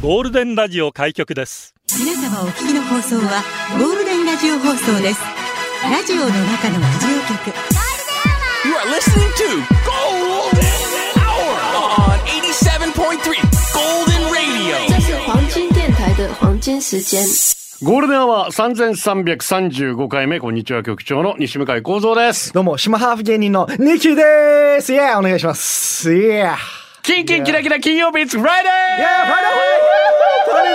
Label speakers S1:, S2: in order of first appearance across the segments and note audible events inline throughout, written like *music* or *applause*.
S1: ゴールデンラジオ開局です
S2: 皆様お聞きの放送はゴールデンラジオ放送ですラジオの中のラジオ局
S3: You are listening to Golden Hour on 87.3 Golden Radio.
S4: 这是黄金电台的黄金时间。
S5: ゴールデンは三千三百三十五回目こんにちは局長の西向井光三です。
S6: どうも、島ハーフ芸人のニッキーでーすイエーお願いしますイエー
S5: キンキンキラキラ金曜日 It's Friday。
S6: イエーファイナルファイナルファイナルファイナ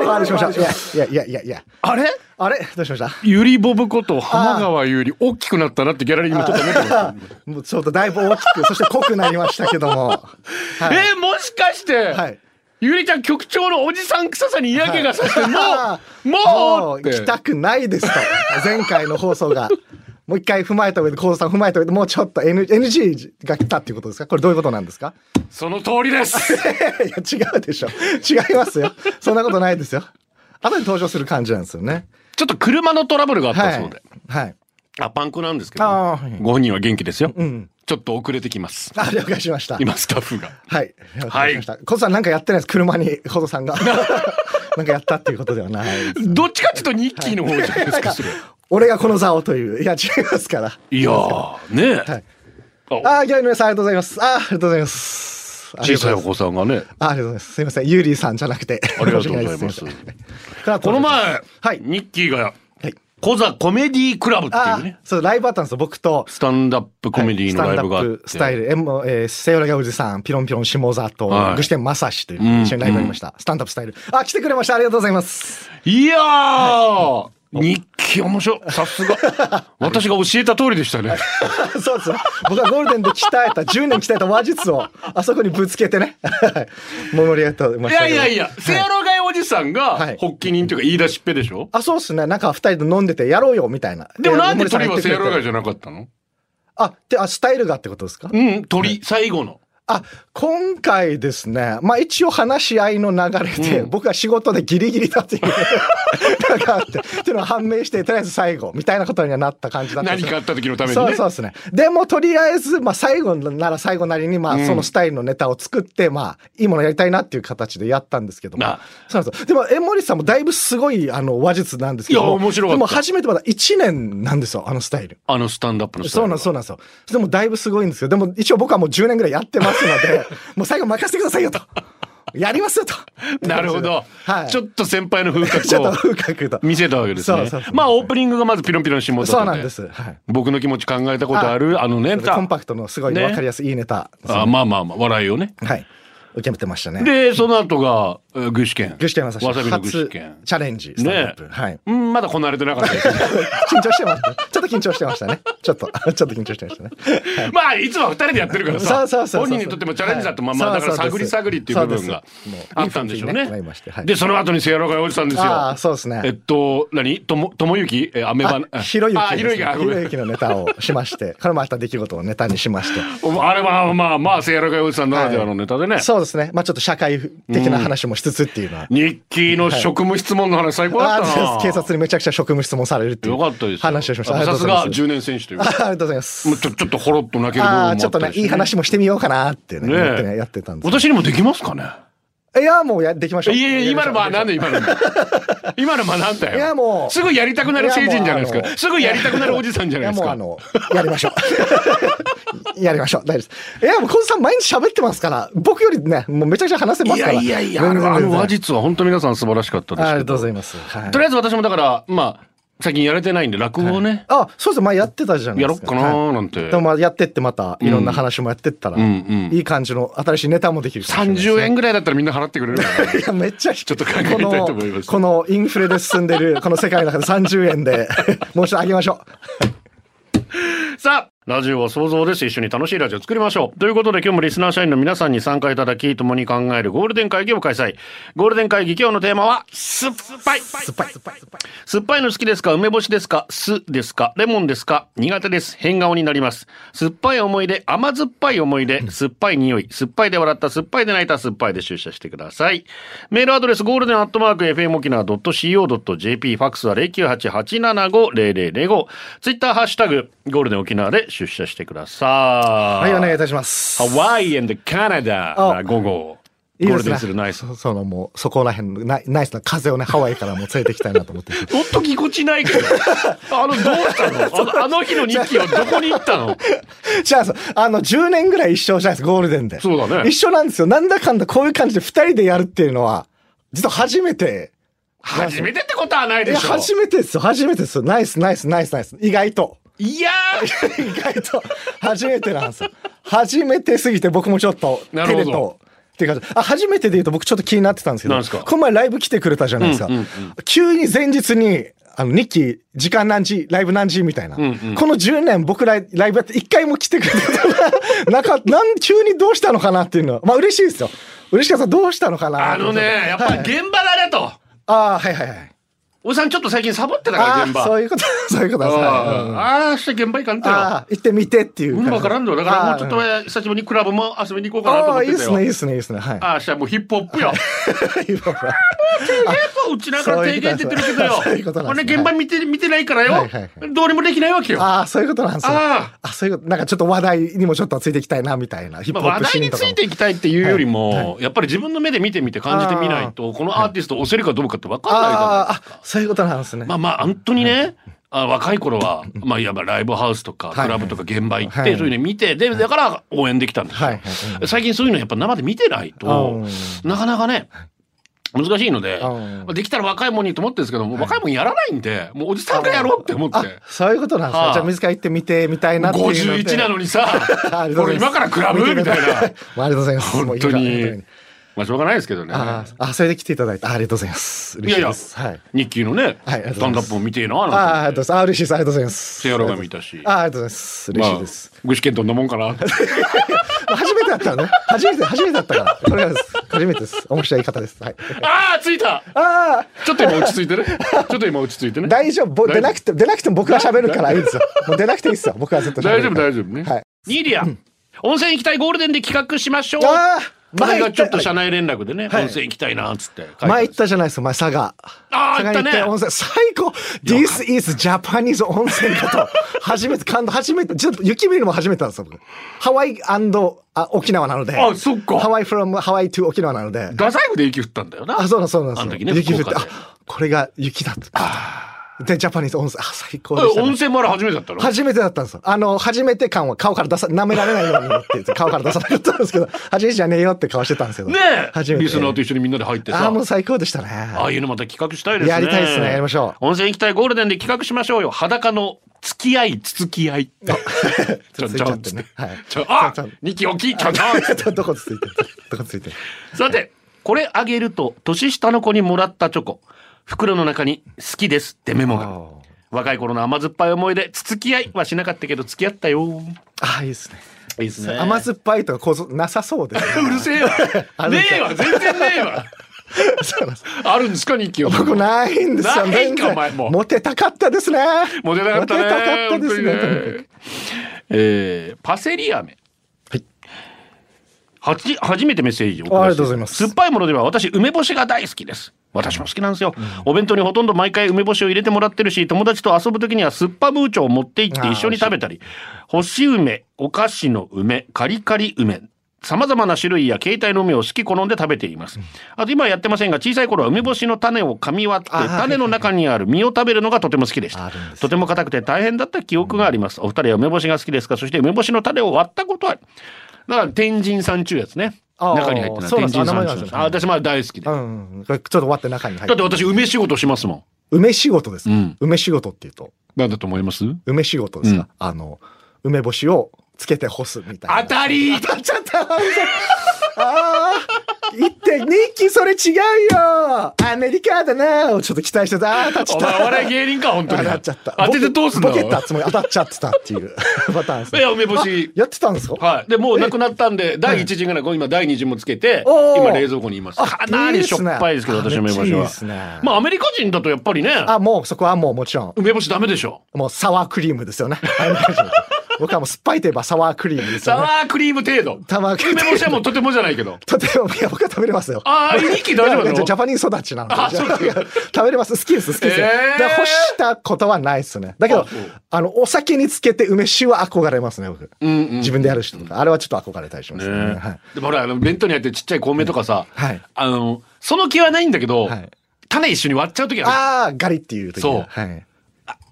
S6: ルファイナルファイナルファイナルしました。いやいやいやいや。
S5: あれ？
S6: あれどうしました
S5: ゆりボブこと浜川ゆり大きくなったなってギャラリーにもちょっと思ってます。
S6: もうちょっとだいぶ大きく、そして濃くなりましたけども。 *laughs* はい
S5: えーもしかして
S6: はい。
S5: ゆりちゃん局長のおじさん臭さに嫌気がさして
S6: はい
S5: もうも
S6: も
S5: うっ
S6: う
S5: て
S6: 来たくないですと。前回の放送が。もう一回踏まえた上で、コウさん踏まえた上で、もうちょっと N- NG が来たっていうことですかこれどういうことなんです *laughs* か
S5: *laughs* その通りです。
S6: いや違うでしょ違いますよそんなことないですよ後で登場する感じなんですよね
S5: *laughs* ちょっと車のトラブルがあった
S6: はい
S5: そうで、
S6: はい
S5: あパンクなんですけど、
S6: あーはい
S5: ご本人は元気ですよ。
S6: うん
S5: ちょっと遅れてきます。
S6: あ了解しました
S5: 今スタッフが。
S6: はい了解しましたコトさんなんかやってないです車にコトさ
S5: *laughs*
S6: んがなんかやったっていうことではない
S5: どっちかっていうとニッキーの方じゃないですか、それ。
S6: 俺がこの座をといういや違いますから
S5: いやー、ねえ、
S6: は
S5: あ
S6: いあーギャルの皆さんありがとうございますあーありがとうございます
S5: 小さいお
S6: ありがとうご
S5: 子さ
S6: ざいます
S5: んがね、
S6: あありがとうございますすいませんユーリーさんじゃなくて
S5: ありがとうございます
S6: *laughs* 申し訳なでません
S5: この前、
S6: はい
S5: ニッキーが、
S6: はい
S5: コザコメディクラブってい
S6: あ
S5: う
S6: ー
S5: ね、
S6: そうライブあったんですよ僕と
S5: スタンダップコメディのライブがあって、
S6: はいスタンダップスタイル、えもうえー、セオラがおじさん、ピロンピロン下座と、
S5: はい
S6: 具志堅正史という、
S5: うん
S6: 一緒にライブやりました、スタンダップスタイル。あ、来てくれました。ありがとうございます。 *laughs*
S5: いやー、ニッキー面白い。さすが。
S6: *laughs*
S5: 私が教えた通りでしたね。
S6: そうですよ。僕はゴールデンで鍛えた、10年鍛えた話術を、あそこにぶつけてね。 *laughs* はいもう盛り上がってま
S5: い
S6: した
S5: や
S6: けど
S5: いやいや、せやろがいおじさんが、
S6: はい
S5: 発起人というか言い出しっぺでしょ
S6: あ、そうっすね。なんか二人で飲んでて、やろうよ、みたいな。
S5: でもなんで
S6: 森さが
S5: 鳥は
S6: 言ってく
S5: せ
S6: れ
S5: や
S6: て
S5: ろがいじゃなかったの
S6: あ、で、あ、スタイルがってことですか
S5: うん、鳥、最後の。
S6: あ、今回ですね、まあ一応話し合いの流れで、僕は仕事でギリギリだっていう、 *laughs* なんかあって、っていうのが判明して、とりあえず最後、みたいなことにはなった感じだったんで
S5: 何
S6: すよ
S5: かあった時のために
S6: そう
S5: ね
S6: そう。ですね。でもとりあえず、まあ最後なら最後なりに、まあそのスタイルのネタを作って、まあいいものやりたいなっていう形でやったんですけども
S5: あ。
S6: そうなんですよ。でも、江森さんもだいぶすごい、あの、話術なんですけども。
S5: いや面白かった
S6: でも初めてまだ1年なんですよ、あのスタイル。
S5: あのスタンダップのスタ
S6: そ
S5: イ
S6: う
S5: ル
S6: な
S5: は
S6: んそうなんですよ。でもだいぶすごいんですよ。でも一応僕はもう10年ぐらいやってますの
S5: *laughs*
S6: で、もう最後任せてくださいよと。やりますよと。
S5: なるほど、
S6: はい。
S5: ちょっと先輩の風
S6: ち
S5: 格
S6: ょっと
S5: を
S6: 風格と。
S5: 見せたわけですね。
S6: そうそうそう
S5: まあオープニングがまずピロンピロン下田
S6: そうなんです。はい。
S5: 僕の気持ち考えたことあるあのネタ。
S6: コンパクトのすごいね
S5: ね
S6: わかりやすいいいネタですね。
S5: あまあまあまあ笑いをね。
S6: はい。受け止めてましたね。
S5: でその後がえー具志堅。
S6: 具志堅正
S5: わさび
S6: 史
S5: の具志
S6: 初
S5: 堅。
S6: チャレンジスタンダ
S5: ね
S6: ップ、はい *laughs*
S5: うんまだこなれてなかったですね
S6: 緊張してましたちょっと緊張してましたねちょっと *laughs* ちょっと緊張してましたね
S5: まあいつもは二人でやってるから
S6: そ
S5: さ
S6: うそうそうそう
S5: 本人にとってもチャレンジだとまあ
S6: はい
S5: まあだから
S6: そうそう
S5: 探
S6: そう
S5: り探りっていう部分が
S6: そうですもう
S5: あったんでしょう
S6: いい雰囲
S5: ね
S6: 気になりましては。い
S5: でその後にせやろがいおじさんですよ。
S6: ああそうですね
S5: えっと何ともともゆきえアメバ
S6: あひろゆき
S5: あ
S6: です
S5: ひろ
S6: ね
S5: ゆきあご
S6: ひ
S5: めん
S6: ろゆきのネ
S5: *laughs*
S6: タをしましてこれもあった出来事をネタにしまして
S5: あれはまあまあ、せやらかいおじさんならではのネタでね。
S6: そうですねまあちょっと社会的な話もしつつっていうのは、
S5: 日記の職務質問の話最高だ
S6: あ
S5: ったな。
S6: 警察にめちゃくちゃ職務質問されるっていう
S5: よかったですよ。
S6: 話をしましたありが
S5: さ
S6: とう
S5: す
S6: ございま
S5: が10年選手というか。
S6: あありがとうございます
S5: もうちょちょっとほろっと泣ける部分も
S6: あ
S5: あ
S6: あ
S5: っ
S6: ちょっと
S5: た
S6: ね
S5: りして
S6: いい話もしてみようかなってね
S5: ねえ
S6: 思ってねやってたんですけど
S5: 私にもできますかね
S6: いやもうやできましょう
S5: いやいや、今の学んで、
S6: い
S5: 今の。今の学んだよ。
S6: いやもう
S5: すぐやりたくなる成人じゃないです
S6: いやもう
S5: か。
S6: あの
S5: すぐやりたくなるおじさんじゃない
S6: や
S5: です
S6: もうあ
S5: か。
S6: のやりましょう *laughs* やりましょう大丈夫ですいやもう小津さん毎日喋ってますから僕よりねもうめちゃくちゃ話せま
S5: い
S6: すか
S5: や
S6: ら
S5: いやいや、あ
S6: 全然
S5: のあ
S6: 全
S5: の
S6: 然
S5: 話術は本当皆さん素晴らしかったで
S6: あ
S5: すけ
S6: りがと
S5: ど。
S6: うございます、はい
S5: とりあえず私もだから、まあ、最近やれてないんで、落語をね、
S6: あそうですね前やってたじゃない
S5: やろっ
S6: です
S5: か
S6: か
S5: な
S6: はい
S5: ーなんて
S6: で。もまあやってってまたいろんな話もやってったら、
S5: うんうん
S6: いい感じの新しいネタもできるかもしれ
S5: 30
S6: ない
S5: 円ぐらいだったらみんな払ってくれるかな。
S6: ですねいやめっちゃち
S5: ょっと考えたいと思います
S6: このこのインフレで進んでるこの世界の中で30円でもうちょっと上げましょう
S5: さあ、ラジオは想像です。一緒に楽しいラジオを作りましょう。ということで今日もリスナー社員の皆さんに参加いただき、共に考えるゴールデン会議を開催。ゴールデン会議今日のテーマは、酸っぱい。酸っぱい。酸っぱいの好きですか梅干しですか酢ですかレモンですか苦手です。変顔になります。酸っぱい思い出、甘酸っぱい思い出、酸っぱい匂い、酸っぱいで笑った、酸っぱいで泣いた、酸っぱいで出社してください。メールアドレス、ゴールデンアットマーク、FM 沖縄 .co.jp、ファックスは098-875-0005、ツイッターハッシュタグ、ゴールデン沖縄で出社してくださ。
S6: はいい、お願いいたします。
S5: ハワイ and カナダな午後、
S6: いい
S5: ゴールデ
S6: ですね
S5: ンするナイス。
S6: そそのもう、そこら辺のナイナイスな風をね、ハワイからもう連れてきたいなと思って。
S5: *laughs* ほっとぎこちない
S6: *laughs*
S5: けど。あの、どうしたのあのあの日の日記はどこに行った
S6: *laughs*
S5: の
S6: じゃあ、そうあの、10年ぐらい一緒じゃないですか、ゴールデンで。
S5: そうだね
S6: 一緒なんですよ。なんだかんだこういう感じで二人でやるっていうのは、実は初めて。
S5: 初めてってことはない
S6: い
S5: で
S6: や、
S5: しょ。
S6: 初めてですよ、初めてですよ。ナイス、ナイス、ナイス、ナイス。意
S5: *laughs*
S6: 外と。
S5: いや
S6: *laughs*
S5: ー
S6: 意外と、初めてなんですよ。初めてすぎて僕もちょっと、
S5: なるほど
S6: 照れと。っていうかあ初めてで言うと僕ちょっと気になってたんですけど
S5: なんですか
S6: この前ライブ来てくれたじゃないですか、急に前日にあの日記時間何時ライブ何時みたいな、この10年僕らライブやって一回も来てくれたことがなんかなん急にどうしたのかなっていうのはまあ嬉しいですよ嬉しかったどうしたのかな
S5: あのね、やっぱり
S6: はい
S5: 現場だねと。
S6: ああはいはいはい
S5: おじさんちょっと最近サボってたから、
S6: あ
S5: 現
S6: あ
S5: 場。
S6: そういうこと *laughs* そういうことですはいうん
S5: ああー、して現場行かんとよ。
S6: ああ行ってみてっていう
S5: う
S6: 感
S5: ん、
S6: じ
S5: わからんのよ。だからもうちょっと
S6: あ
S5: ね久しぶりにクラブも遊びに行こうかなと
S6: あ
S5: 思
S6: あ
S5: っ
S6: いい
S5: て
S6: で
S5: た
S6: す
S5: よ。
S6: ねいいですねいいですねはい
S5: ああ、したらもうヒップホップよ。結構うちなんから提言出てるけどよ。
S6: そういうことなんです
S5: 俺ね
S6: ね
S5: 現場見て見てないからよ、
S6: はいはいはい
S5: どうにもできないわけよ。
S6: ああ、そういうことなんですよ。
S5: あ
S6: ああ、そういうこと。なんかちょっと話題にもちょっとついていきたいな、みたいな。ヒッ
S5: ま
S6: プ
S5: あ、
S6: ホッ
S5: 話
S6: プシ
S5: 題
S6: ーン
S5: に
S6: と
S5: つ
S6: か
S5: い
S6: も。
S5: ていきたいっていうよりも、やっぱり自分の目で見てみて感じてみないとこのアーティストを押せるかどうかって分かんないから
S6: ああ、あそういうことなんですね。
S5: まあまあ本当にね、あ若い頃は、まあ、いわばライブハウスとか
S6: はい
S5: クラブとか現場行って、
S6: はい
S5: そういうの見てでだから応援できたんですよ、
S6: はいはい
S5: 最近そういうのやっぱ生で見てないと、
S6: う
S5: なかなかね難しいので、
S6: うん
S5: まあできたら若いもんにと思ってるんですけどもう若いもんやらないんでもうおじさんがやろうって思って。
S6: あ、そういうことなんです
S5: はあ
S6: ね。じゃあ、自ら行ってみて、みたいなっていうので。
S5: 51なのにさ
S6: *laughs* ありがとうござ
S5: 俺
S6: います
S5: 今からクラブみたいな
S6: *laughs* まあありがとうございます。もう
S5: 本
S6: いい
S5: 当
S6: か
S5: に。まあしょうがないですけどね
S6: ああ、あそれで来ていただいて、あありがとうございます。
S5: い
S6: 嬉
S5: やい
S6: しい
S5: や
S6: です。はい。
S5: 日記のね、
S6: はいありがとうご
S5: ス
S6: ざ
S5: タ
S6: い
S5: ンダ
S6: ます
S5: ップも見てえな
S6: ああ、あ
S5: あ
S6: りがとうございます。ああ、嬉しいです。ありがとうございます。
S5: セアロが見たし
S6: ああ、ありがとうございます。嬉しいです。
S5: 具志堅どんなもんか
S6: *laughs*
S5: な
S6: まあ初めてだったらね。初めて、初めてだったから。これからです。初めてです。面白い方です。はい。
S5: ああついた
S6: ああ。
S5: ちょっと今落ち着いて
S6: *laughs*
S5: ねちょっと今落ち着いてね
S6: 大丈夫
S5: 大
S6: ぼ
S5: 丈夫
S6: 出なくても出なくても僕は喋るからいいですよもう出なくていいですよ僕はずっと喋
S5: 大
S6: る
S5: 丈夫
S6: から
S5: 大丈夫ね、
S6: はい
S5: ニーリア温泉行きたいゴールデンで企画しましょう
S6: あー
S5: これ
S6: 前行
S5: が
S6: った
S5: ちょっと社内連絡でね、
S6: はい
S5: 温泉行きたいなっつって書いてある
S6: 前行ったじゃないですか前佐賀
S5: あー
S6: 佐賀に
S5: 行ったね
S6: 温泉最高 This is Japanese 温泉だと初めて感動初めてちょっと雪見るのも初めてなんですよ僕ハワイあ沖縄なので
S5: あそっか
S6: ハワイ from ハワイ to 沖縄なので
S5: 太宰府で雪降ったんだよな
S6: あそうなんそうなんですよ
S5: あの時ね
S6: 雪降って
S5: 福岡で
S6: あこれが雪だとでジャパニーズ温泉あ最高でし
S5: え
S6: た、ね
S5: 温、泉まで初めてだったの
S6: 初めてだったんですよ。あの、初めて感は顔から出さ、舐められないように
S5: *laughs*
S6: って、顔から出さなかったんですけど、初めてじゃねえよって顔してたんですけど。
S5: ね
S6: 初
S5: え
S6: めて。
S5: リスナーと一緒にみんなで入って
S6: あ
S5: さ
S6: あ、もう最高でしたね。
S5: ああいうのまた企画したいですね。
S6: やりたいですねやりましょ
S5: う。温泉行きたいゴールデンで企画しましょうよ。裸の付き合い、つつき合
S6: *laughs*
S5: い。ちょ
S6: つ
S5: ち
S6: いちゃ
S5: ょ
S6: っ
S5: んつ
S6: て
S5: って
S6: ね。はい。
S5: ちょあ
S6: ちょちょ
S5: ニキ大きいちょん
S6: *laughs*
S5: ちょんつって
S6: どこついてるどこついてる
S5: さて、これあげると、年下の子にもらったチョコ。袋の中に好きですってメモが。若い頃の甘酸っぱい思い出、つつき合いはしなかったけど付き合った
S6: *laughs*
S5: よ。
S6: ああ、いいですね。
S5: いいですね。
S6: 甘酸っぱいとかこうなさそうですね。
S5: うるせえわ。
S6: *laughs* あるん
S5: ね
S6: です
S5: えわ、全然ねえわ。
S6: *laughs* そうなんです
S5: あるんですか、日記は。
S6: 僕ないんですよ。
S5: ないんか
S6: 全然
S5: お前もう
S6: モテたかったですね。
S5: モテなかったね。
S6: モテたかったですね
S5: 本当にねえーパセリ飴。
S6: はい
S5: はち初めてメッセージを送らせて
S6: あありがとうございます
S5: 酸っぱいものでは私梅干しが大好きです。私も好きなんですよ、お弁当にほとんど毎回梅干しを入れてもらってるし友達と遊ぶ時には酸っぱムーチョを持って行って一緒に食べたり干し梅お菓子の梅カリカリ梅さまざまな種類や携帯の梅を好き好んで食べています、あと今はやってませんが小さい頃は梅干しの種を噛み割って
S6: あー
S5: 種の中にある実を食べるのがとても好きでした
S6: あるんです
S5: と
S6: よ
S5: ても硬くて大変だった記憶があります。お二人は梅干しが好きですかそして梅干しの種を割ったことはだから天神山中やつね。
S6: あー
S5: 中に入ってない。
S6: そうな
S5: 天
S6: んです
S5: 神山
S6: あ名前なん
S5: 中
S6: です。ね
S5: あ、私まだ大好きで。
S6: う
S5: だ
S6: んうん。これちょっと終わって中に入
S5: っ
S6: ってて。
S5: 私梅仕事しますもん。
S6: 梅仕事です
S5: うん。
S6: 梅仕事っていうと。
S5: なんだと思います
S6: 梅仕事です
S5: う
S6: か、
S5: ん
S6: あの梅干しをつけて干すみたいな
S5: 当たり
S6: 当たっちゃったあー行って、ニッキーそれ違うよアメリカだなをちょっと期待してた。あー、立ち
S5: お
S6: た。
S5: 前お笑い芸人
S6: *laughs*
S5: か本当
S6: 当
S5: に
S6: たっちゃった。
S5: 当ててどうすんだ
S6: ボケボケたつもり当たっちゃってたっていう
S5: *laughs*
S6: パターンです、
S5: いや梅干し
S6: あやってたんですか
S5: はい。で、もうなくなったんで、第1陣がなく、今第2陣もつけて、
S6: おー
S5: 今冷蔵庫にいます。
S6: あ
S5: かなりしょっぱいですけど、
S6: いいで
S5: 私
S6: すね
S5: の梅干し
S6: めっちゃいい
S5: は
S6: ですね。
S5: まあ、アメリカ人だとやっぱりね、
S6: あ、もうそこはもうもちろん。
S5: 梅干しダメでしょ。
S6: もうサワークリームですよね。アメリカ人だと僕はもう酸っぱいといえばサワークリームです
S5: サ
S6: よね。
S5: ワークリーム程度。
S6: サワークリーム
S5: 梅干しはもうとてもじゃないけど。
S6: とても、いや、僕は食べれますよ。 *laughs*
S5: あー
S6: 僕
S5: ニッキー大丈夫なの
S6: いやジャパニーズ育ちなので。
S5: あそうですか
S6: *laughs* 食べれます。好きです、好きです。
S5: えー
S6: で干したことはないですね。だけ
S5: あ
S6: ど
S5: そう、
S6: あの、お酒につけて梅酒は憧れますね、僕。
S5: うんうん
S6: 自分でやる人とか。あれはちょっと憧れたりしますね。
S5: ね
S6: はい。
S5: でもほら、あの弁当に入ってるちっちゃい米とかさ、
S6: はい
S5: あの、その気はないんだけど、
S6: はい
S5: 種一緒に割っちゃうときは、
S6: ああ、ガリっていう時
S5: そう
S6: はい。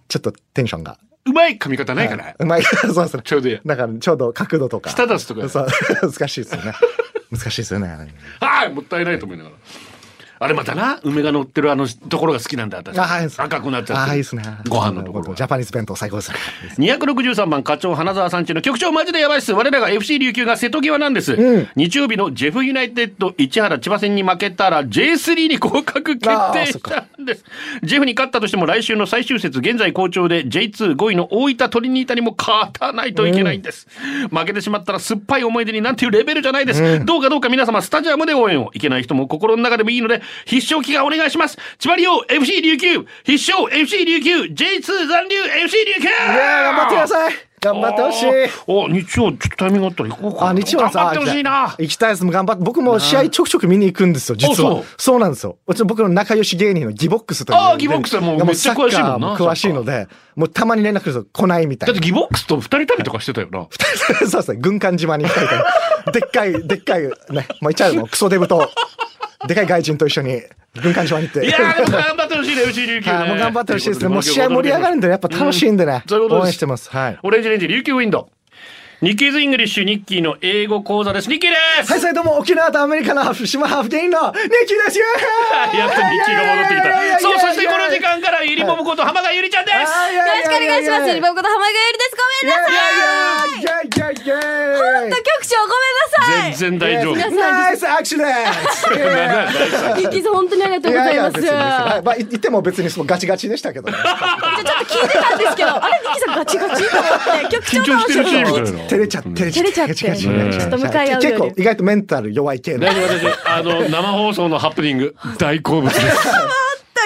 S6: ちょっとテンションが。
S5: うまい噛み方ないかな、
S6: はいまい。 *laughs* そうですね。
S5: ちょうどいい
S6: だから、ちょうど角度とか。
S5: 舌出すとか
S6: そう。 *laughs* 難しいですよね。難しいですよね。あれ
S5: はい、もったいないと思いながら。あれまたな、梅が乗ってるあのところが好きなんだ、私。
S6: あはい
S5: 赤くなっちゃってる。
S6: ああ、いいですね。
S5: ご飯のところ
S6: ジ
S5: が。
S6: ャパニーズ弁当最高ですね。
S5: 263番課長花澤さん中の局長マジでやばいっす我らが FC 琉球が瀬戸際なんです、
S6: うん
S5: 日曜日のジェフユナイテッド市原千葉戦に負けたら J3 に合格決
S6: あ
S5: 定
S6: ーそ
S5: し
S6: っか
S5: たんですジェフに勝ったとしても来週の最終節現在好調で J25 位の大分トリニータにも勝たないといけないんです、負けてしまったら酸っぱい思い出になんていうレベルじゃないです、どうかどうか皆様スタジアムで応援をいけない人も心の中でもいいので必勝祈願お願いします千葉リオ FC 琉球必勝 FC 琉球 J2 残留 FC 琉球
S6: いやー頑張ってください頑張ってほしい
S5: おー日曜ちょっとタイミングあったら行こうかな
S6: あ、日曜
S5: 頑
S6: のさ
S5: 張ってほしい
S6: あ
S5: な
S6: 行きたいです。頑張って。僕も試合ちょくちょく見に行くんですよ、実
S5: あそ
S6: は
S5: う。
S6: そうなんですよ。うちの僕の仲良し芸人のギボックスという。
S5: あーギボックスはもう
S6: いや
S5: めっちゃ詳しいもんな
S6: サッカー詳しいので、もうたまに連絡すると来ないみたい
S5: だっ
S6: な
S5: て。ギボックスと二人旅とかしてた
S6: *laughs*
S5: よな
S6: そうですね。軍艦島に行きたいから。でっかい、でっかい、ね。まあ、言っちゃうの。クソデブと、でかい外人と一緒に軍艦島に行って。
S5: いやー頑張ってほしいね FC *laughs* 琉球
S6: はい、
S5: ね
S6: もう頑張ってほしいですね。もう試合盛り上がるんで、やっぱ楽しいんでね。
S5: うそういうことです
S6: 応援してます。はい。
S5: オレンジレンジ琉球ウィンドニッキーズイングリッシュニッキーの英語講座ですニッキーです、
S6: はい、それどうも沖縄とアメリカの島ハーフゲインのニッキーですよ
S5: *laughs* やっとニッキーが戻ってき
S6: いやいやいやいや
S5: たそうそしてこの時間からゆりもむこと浜田ゆりちゃんです
S7: よろしくお願いします。リボンコと浜井がゆりです。ごめんなさい。
S6: イェイイェイイェイイェイイェイ
S7: 局長ごめんなさい。
S5: 全然大丈夫
S7: いや
S6: ナイスアクシデントいやい
S7: ゆっきーさん本当にありがとうござ
S6: やい
S7: い
S6: や
S7: ます。
S6: 別
S7: じ
S6: に別には
S7: ゃ
S6: いまあい言っても別にそのガチガチでしたけどね
S7: あちょっと聞いてたんですけど、あれゆっきーさんガチガチと思って局長
S5: 緊張してるしみ
S7: が
S5: た
S7: おっしゃ
S5: い
S7: る
S5: な
S6: 照れちゃって照
S7: れちゃって
S6: ガチガチ
S7: ちょっと向かい合うより
S6: 結構意外とメンタル弱い系の
S5: 大丈夫私あの生放送のハプニング大好物です
S7: 本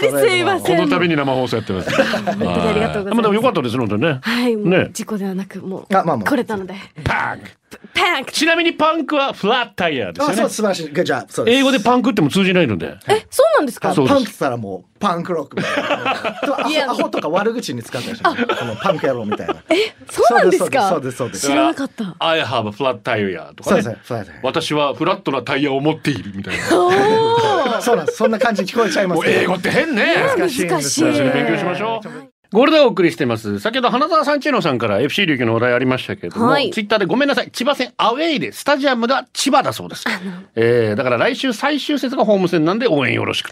S7: 当にすいませ
S5: こ
S7: ん。
S5: の度に生放送や
S7: *laughs*
S5: ってます。本当
S7: にありがとうございます
S5: でも良かったですのでね。
S7: はい、も
S5: ね
S7: う事故ではなくもう
S6: あまあまあ
S7: 来れたので。
S5: パンク。
S7: パンク。
S5: ちなみにパンクはフラットタイヤです
S6: あそ
S5: よ
S6: う
S5: ね。
S6: 素晴らしいじゃあそうです
S5: 英語でパンクっても通じないので。
S7: え、そうなんですか。
S6: あ
S7: あ
S5: そ
S6: パ
S5: う
S6: ン
S5: です
S6: クって言ったらもうパンクロックみたいなでもア
S7: いや
S6: ホアホとか悪口に使ったりしますこのパンク野郎みたいなえ
S7: そうなんですか。
S6: そうですそうです
S7: 知
S6: そうです
S7: らなかった。
S5: I have a flat tire と
S6: そ
S5: か
S6: うで
S5: ね。
S6: すそうです
S5: 私はフラットなタイヤを持っているみたい
S7: *laughs*
S5: な。
S7: おー
S6: そうなんですそんな感じに聞こえちゃいま
S5: も
S6: す
S5: う英語って変ね。
S7: 難しい。
S6: 難しいんですよ
S5: 勉強しましょう。ゴールドをお送りしています。先ほど花澤さん千野さんから FC 琉球のお題ありましたけれども、
S7: はい
S5: ツイッターでごめんなさい。千葉戦アウェイで、スタジアムが千葉だそうです。えー、だから来週最終節がホーム戦なんで応援よろしく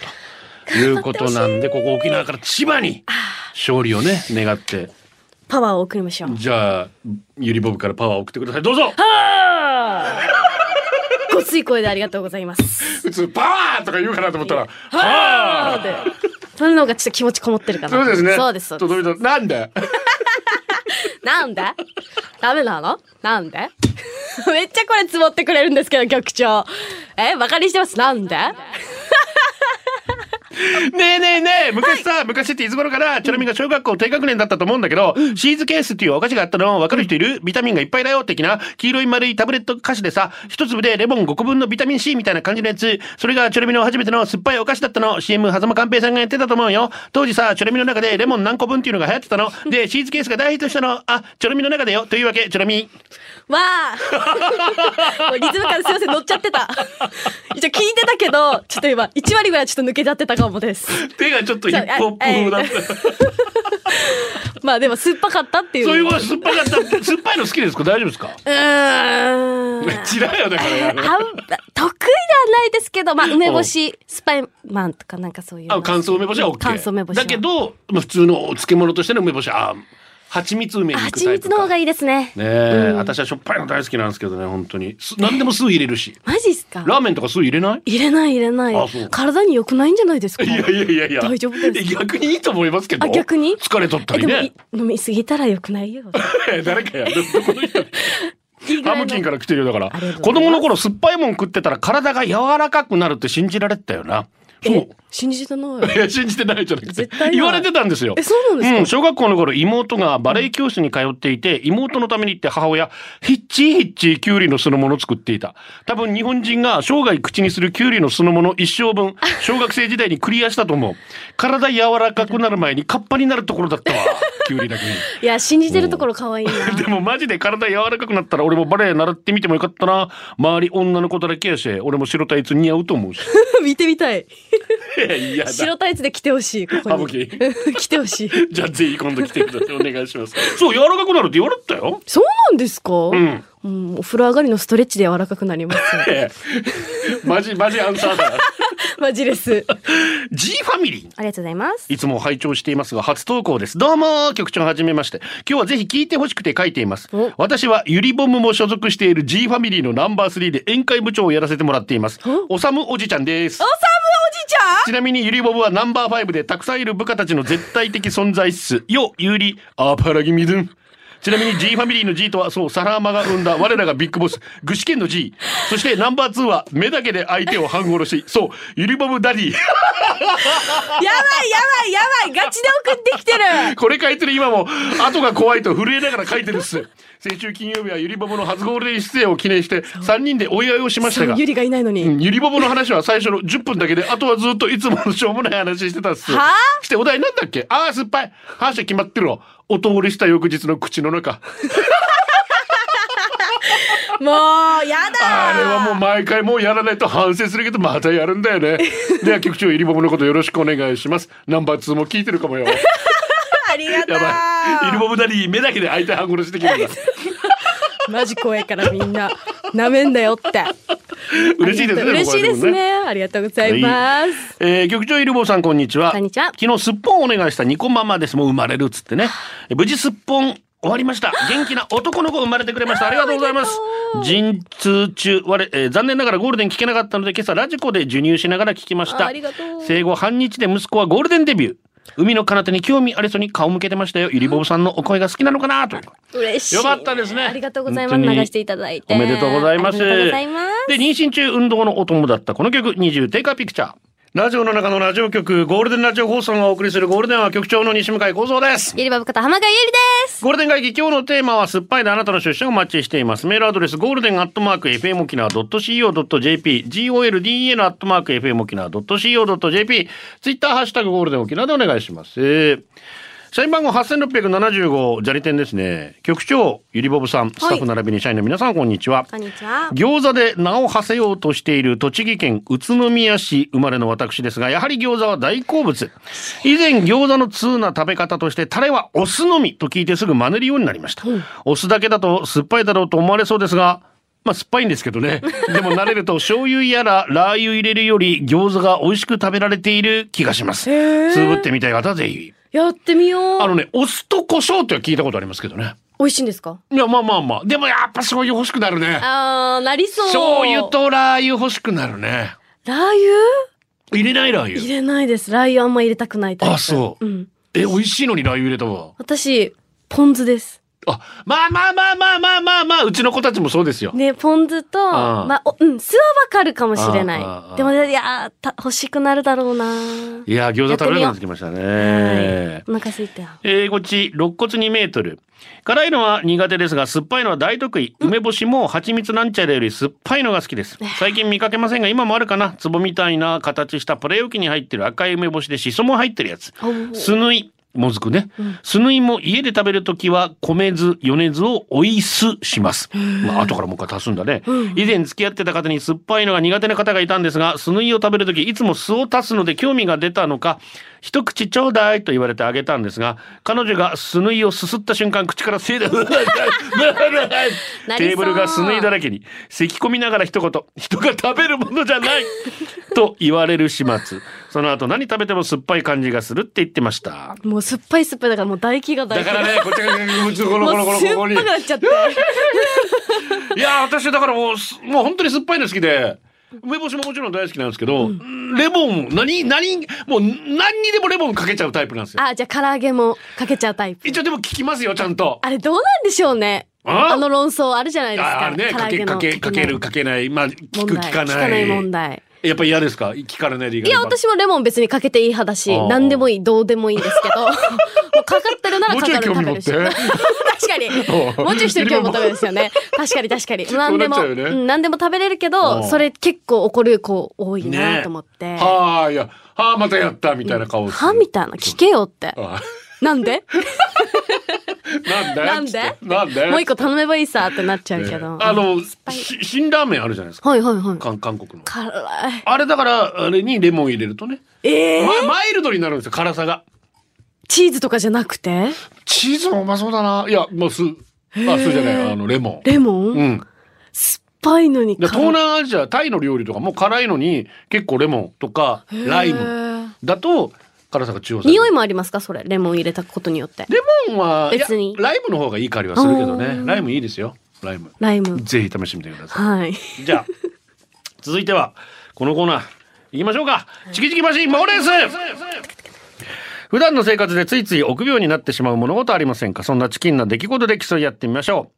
S5: ということなんで、ここ沖縄から千葉に勝利をね、願って。
S7: パワーを送りましょう。
S5: じゃあ、ゆりボブからパワーを送ってください。どうぞ
S7: ごつい声でありがとうございます。
S5: 普通、パワーとか言うかなと思ったら、
S7: はーで。それの方がちょっと気持ちこもってるかな。
S5: そうですね。
S7: そうです。そうです
S5: 届いたなんで
S7: なんでダメなのなんで *laughs* めっちゃこれ積もってくれるんですけど、局長。え、バカにしてます。なんで *laughs*
S5: ねえねえねえ、昔さ、昔っていつ頃から、チョロミが小学校低学年だったと思うんだけど、シーズケースっていうお菓子があったの、わかる人いるビタミンがいっぱいだよ、的な、黄色い丸いタブレット菓子でさ、一粒でレモン5個分のビタミン C みたいな感じのやつ、それがチョロミの初めての酸っぱいお菓子だったの、CM 狭間寛平さんがやってたと思うよ。当時さ、チョロミの中でレモン何個分っていうのが流行ってたの。で、シーズケースが大ヒットしたの、あ、チョロミの中でよ、というわけ、チョロミ。
S7: わあ *laughs* もうリズム感すいません、乗っちゃってた。 *laughs* 一応聞いてたけど、ちょっと今、1割ぐらいちょっと抜けちゃってたかもです。 *laughs*
S5: 手がちょっと
S7: そうあえまあでも酸っぱかったっていう。
S5: そういうこと酸っぱかった、酸っぱいの好きですか大丈夫ですか
S7: う *laughs* ー
S5: *laughs*
S7: ん。
S5: 違うよ、だか
S7: えー *laughs* あん得意で
S5: ら。
S7: はないですけど、まあ、梅干し、スパイマンとかなんかそういうの。
S5: あ乾燥梅干しは OK
S7: 乾燥梅干しは
S5: だけどまあ普通のお漬物としての梅干しはあ蜂蜜梅に行く
S7: 蜂
S5: タイプ
S7: 蜜の
S5: か
S7: 方がいいですね。
S5: ねえ、
S7: うん
S5: 私はしょっぱいの大好きなんですけどね本当にす何でも酢入れるし
S7: マジっすか
S5: ラーメンとか酢入れない
S7: 入れない入れな
S5: あそう
S7: い。体に良くないんじゃないですか
S5: いやいやいやいや
S7: 大丈夫ですか
S5: 逆にいいと思いますけど
S7: あ、逆に
S5: 疲れとった
S7: え
S5: り
S7: でも
S5: ね
S7: い飲みすぎたら良
S5: *laughs*
S7: くないよ。
S5: 誰かや
S7: *laughs*
S5: るどこの人
S7: いいぐ
S5: ハ
S7: らい
S5: ム
S7: の
S5: キンから来てるよだから
S7: ありがとう
S5: 子
S7: ござ
S5: 供
S7: います
S5: の頃酸っぱいもん食ってたら体が柔らかくなるって信じられてたよなそう
S7: え信じてない
S5: い。や信じてないじゃなくて
S7: 絶対ない
S5: 言われてたんですよ
S7: え、そうなん
S5: うん、
S7: ですか
S5: 小学校の頃妹がバレエ教室に通っていて、妹のためにって母親ヒッチーヒッチーキュウリの酢の物を作っていた多分日本人が生涯口にするキュウリの酢の物一生分小学生時代にクリアしたと思う体柔らかくなる前にカッパになるところだったわ
S7: *laughs*
S5: キュウリだけに
S7: いや、信じてるところ可愛いな。
S5: でもマジで体柔らかくなったら俺もバレエ習ってみてもよかったな周り女の子だらけやし俺も白タイツ似合うと思うし
S7: *laughs* 見てみたい。
S5: いやだ
S7: 白タイツで来てほしい、ここ
S5: ハム
S7: に。
S5: キン
S7: うん *laughs* 来てほしい。
S5: *laughs* じゃあぜひ今度来てくださいお願いしますそう柔らかくなるって言われてたよ。
S7: そうなんですかうんお風呂上がりのストレッチで柔らかくなります。
S5: え *laughs* えマジマジアンサーだ
S7: *laughs* マジです。
S5: G ファミリー
S7: ありがとうございます。
S5: いつも拝聴していますが、初投稿です。どうも、局長はじめまして。今日はぜひ聞いてほしくて書いています
S7: お。
S5: 私はユリボムも所属している G ファミリーのナンバー3で宴会部長をやらせてもらっています。おさむおじちゃんです。ちなみにユリボブはナンバー5でたくさんいる部下たちの絶対的存在っす。よ、ユリ、アパラギミズン。ちなみに G ファミリーの G とは、そう、サラーマが生んだ我らがビッグボス、具志堅の G。そしてナンバー2は目だけで相手を半殺し、そう、ユリボブダディ。 *laughs*
S7: やばいやばいやばいガチで送ってきてる
S5: これ書いてる今も、後が怖いと震えながら書いてるっす。先週金曜日はゆりぼぼの初ゴールデン出演を記念して、3人でお祝いをしました
S7: そ
S5: が
S7: う、ゆりがいないの
S5: う
S7: に。
S5: んゆりぼぼの話は最初の10分だけで、あとはずっといつものしょうもない話してたっす。
S7: はあ
S5: してお題なんだっけああ、酸っぱい。話は決まってるわ。お通りした翌日の口の中。
S7: もう、やだ
S5: あれはもう毎回もうやらないと反省するけど、またやるんだよ
S7: *laughs*
S5: ね。では局長、ゆりぼぼのことよろしくお願いします。ナンバー2も聞いてるかもよ。
S7: ありがと
S5: やばい。ゆりぼぼダディ、目だけで相手半殺しできるんだ。
S7: うマジ怖いからみんな、なめんだよって。
S5: 嬉しいですね。
S7: 嬉しいですね。ありがとうございます。
S5: えー局長イルボさんこんにちは。
S7: こんにちは
S5: 昨日すっぽんお願いしたニコママです。もう生まれるっつってね。え無事すっぽん終わりました。元気な男の子生まれてくれました。ありがとうございます。陣痛中、我、えー残念ながらゴールデン聞けなかったので今朝ラジコで授乳しながら聞きました。
S7: あありがとう
S5: 生後半日で息子はゴールデンデビュー。海の彼方に興味ありそうに顔向けてましたよ。ゆりぼぶさんのお声が好きなのかなと。
S7: 嬉しい。
S5: よかったですね
S7: ありがとうございます。
S5: 本
S7: 流
S5: 当に
S7: していただいて。
S5: おめでとうございます。
S7: ありがとうございます。
S5: で、妊娠中運動のお供だったこの曲、20テイカーピクチャー。ラジオの中のラジオ局、ゴールデンラジオ放送がお送りするゴールデンは局長の西向井幸三です。
S7: ゆりばぶこと浜川ゆりです。
S5: ゴールデン会議、今日のテーマは酸っぱいであなたの出社をお待ちしています。メールアドレス、ゴールデンアットマーク、fmokina.co.jp、golden アットマーク、fmokina.co.jp、ツイッター、ハッシュタグ、ゴールデン沖縄でお願いします。えー社員番号8675、砂利店ですね。局長、ゆりぼぶさん、スタッフ並びに社員の皆さん、こんにちは。
S7: こんにちは。
S5: 餃子で名を馳せようとしている栃木県宇都宮市生まれの私ですがやはり餃子は大好物以前餃子の通な食べ方としてタレはお酢のみと聞いてすぐ真似るようになりました、お酢だけだと酸っぱいだろうと思われそうですがまあ酸っぱいんですけどねでも慣れると醤油やらラー油入れるより餃子が美味しく食べられている気がします
S7: へー
S5: つぶってみたい方はぜひ
S7: やってみよう。
S5: あのねお酢と胡椒っては聞いたことありますけどね
S7: 美味しいんですか
S5: いやまあまあまあでもやっぱ醤油欲しくなるね
S7: あー、なりそう。
S5: 醤油。とラー油欲しくなるね。
S7: ラー油
S5: 入れないラー
S7: 入
S5: 油。
S7: れないです。ラー油あんま入れたくないタイプ。
S5: あそう
S7: うん。
S5: え、美味しいのにラー油入れたわ。
S7: 私、ポン酢です。
S5: あ、まあまあまあまあまあまあまあ、うちの子たちもそうですよ。
S7: ね、ポン酢と、
S5: あー
S7: まあ、おうん、酢はわかるかもしれな
S5: あーあーあー
S7: い。でも、いやー、た欲しくなるだろうなー
S5: いやー、餃子食べれなくなってきました
S7: はい
S5: ね。。
S7: お腹空いたよ。
S5: えー、こっち、肋骨2メートル。辛いのは苦手ですが、酸っぱいのは大得意。梅干しも蜂蜜なんちゃらより酸っぱいのが好きです。最近見かけませんが、今もあるかな。壺みたいな形したプレー容器に入ってる赤い梅干しでシソも入ってるやつ。酢縫い。もずくね。酢縫いも家で食べるときは米酢、米酢をおい酢します。まあ、後からもう一回足すんだね。以前付き合ってた方に酸っぱいのが苦手な方がいたんですが、酢縫いを食べるときいつも酢を足すので興味が出たのか、一口ちょうだいと言われてあげたんですが、彼女が酢縫いをすすった瞬間、口からせいで、うわうわうわうわ
S7: なりそう
S5: テーブルが酢縫いだらけに、咳込みながら一言、人が食べるものじゃないと言われる始末。その後何食べても酸っぱい感じがするって言ってました。
S7: もうう酸っぱい酸っぱいだからもう唾液が唾
S5: だ
S7: 液
S5: か
S7: が
S5: らね、こっちが、こっちこの、この、この、
S7: もう
S5: こ
S7: 酸
S5: こ
S7: っ
S5: に
S7: ぱく。なっちゃって
S5: いやー、私、だからもうす、もう本当に酸っぱいの好きで、梅干しももちろん大好きなんですけど、レモン、何、何、もう何にでもレモンかけちゃうタイプなんですよ。
S7: あじゃあ唐揚げもかけちゃうタイプ
S5: 一応でも聞きますよ、ちゃんと。
S7: あれどうなんでしょうね
S5: あ
S7: あの論争あるじゃないです
S5: あ
S7: か
S5: あれね、かけ、かけ、かける、かけない。まあ、聞く、
S7: 問
S5: 聞
S7: 題
S5: か
S7: 聞か
S5: な
S7: ない
S5: い。
S7: 問題
S5: やっぱ嫌ですか聞かれないでいいか
S7: い
S5: な
S7: や、私もレモン別にかけていい派だし
S5: あー、
S7: 何でもいい、どうでもいいんですけ
S5: *laughs*
S7: ど、もうかかってるなら
S5: もう
S7: か
S5: ちょい
S7: かる
S5: 興
S7: 食
S5: 味
S7: べ
S5: 持っ
S7: る
S5: て
S7: し。 *laughs* 確かに。もうちょい人興味持たれです
S5: *laughs*
S7: よね。確かに確かに。何でも、
S5: そうなっちゃうよね
S7: うん何でも食べれるけ
S5: あ
S7: ど、
S5: ー
S7: それ結構怒る子多いなと思って。
S5: はあ、いや、はあ、またやった、みたいな顔する
S7: 歯みたいな、聞けよって。
S5: あ
S7: なん
S5: *laughs*
S7: で
S5: なんで
S7: なんで
S5: *laughs* なんで
S7: もう一個頼めばいいさってなっちゃうけど。
S5: あ
S7: は
S5: の、し辛ラーメンあるじゃないですか。
S7: いはいはい。
S5: 韓韓国の。
S7: 辛い。
S5: あれだから、あれにレモン入れるとね、
S7: えー
S5: まマイルドになるんですよ、辛さが。
S7: チーズとかじゃなくて
S5: チーズもうまそうだな。いや、もう酢。あ、酢じゃない、あの、レモン。
S7: レモン
S5: うん。だか
S7: パイのに
S5: ら
S7: 辛い
S5: 東南アジア、タイの料理とかも辛いのに、結構レモンとか、ライム
S7: へー
S5: だと、辛さが中和される。
S7: 匂いもありますかそれレモン入れたことによって
S5: レモンは、いや
S7: 別に
S5: ライムの方がいい香りはするけど
S7: あ
S5: ね。
S7: ー
S5: ライムいいですよ。ライム。
S7: ライム
S5: ぜひ試してみてください。 *laughs*
S7: はい
S5: じゃあ、続いては、このコーナー、行きましょうか。チキチキマシン、モーレース普段の生活でついつい臆病になってしまう物事ありませんかそんなチキンな出来事で競い合ってみましょ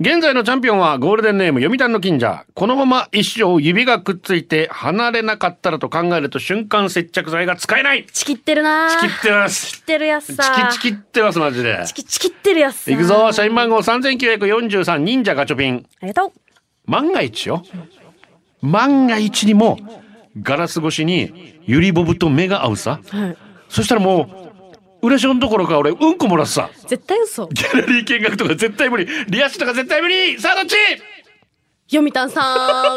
S5: う。現在のチャンピオンはゴールデンネーム読谷の金者。このまま一生指がくっついて離れなかったらと考えると瞬間接着剤が使えないチ
S7: チキってるな
S5: キ
S7: ー
S5: ってます
S7: チキ。ってるや
S5: チ
S7: つさ
S5: キチキってます、マジで。
S7: チキチキってるやつさ
S5: いくぞ、社員番号3943忍者ガチョピン。
S7: ありがとう
S5: 万が一よ万が一にもガラス越しにユリボブと目が合うさ、
S7: はい
S5: そしたらもう嬉しょんどころか俺うんこ漏らすさ
S7: 絶対嘘
S5: ギャラリー見学とか絶対無理リアシとか絶対無理さあどっち
S7: 読谷 さ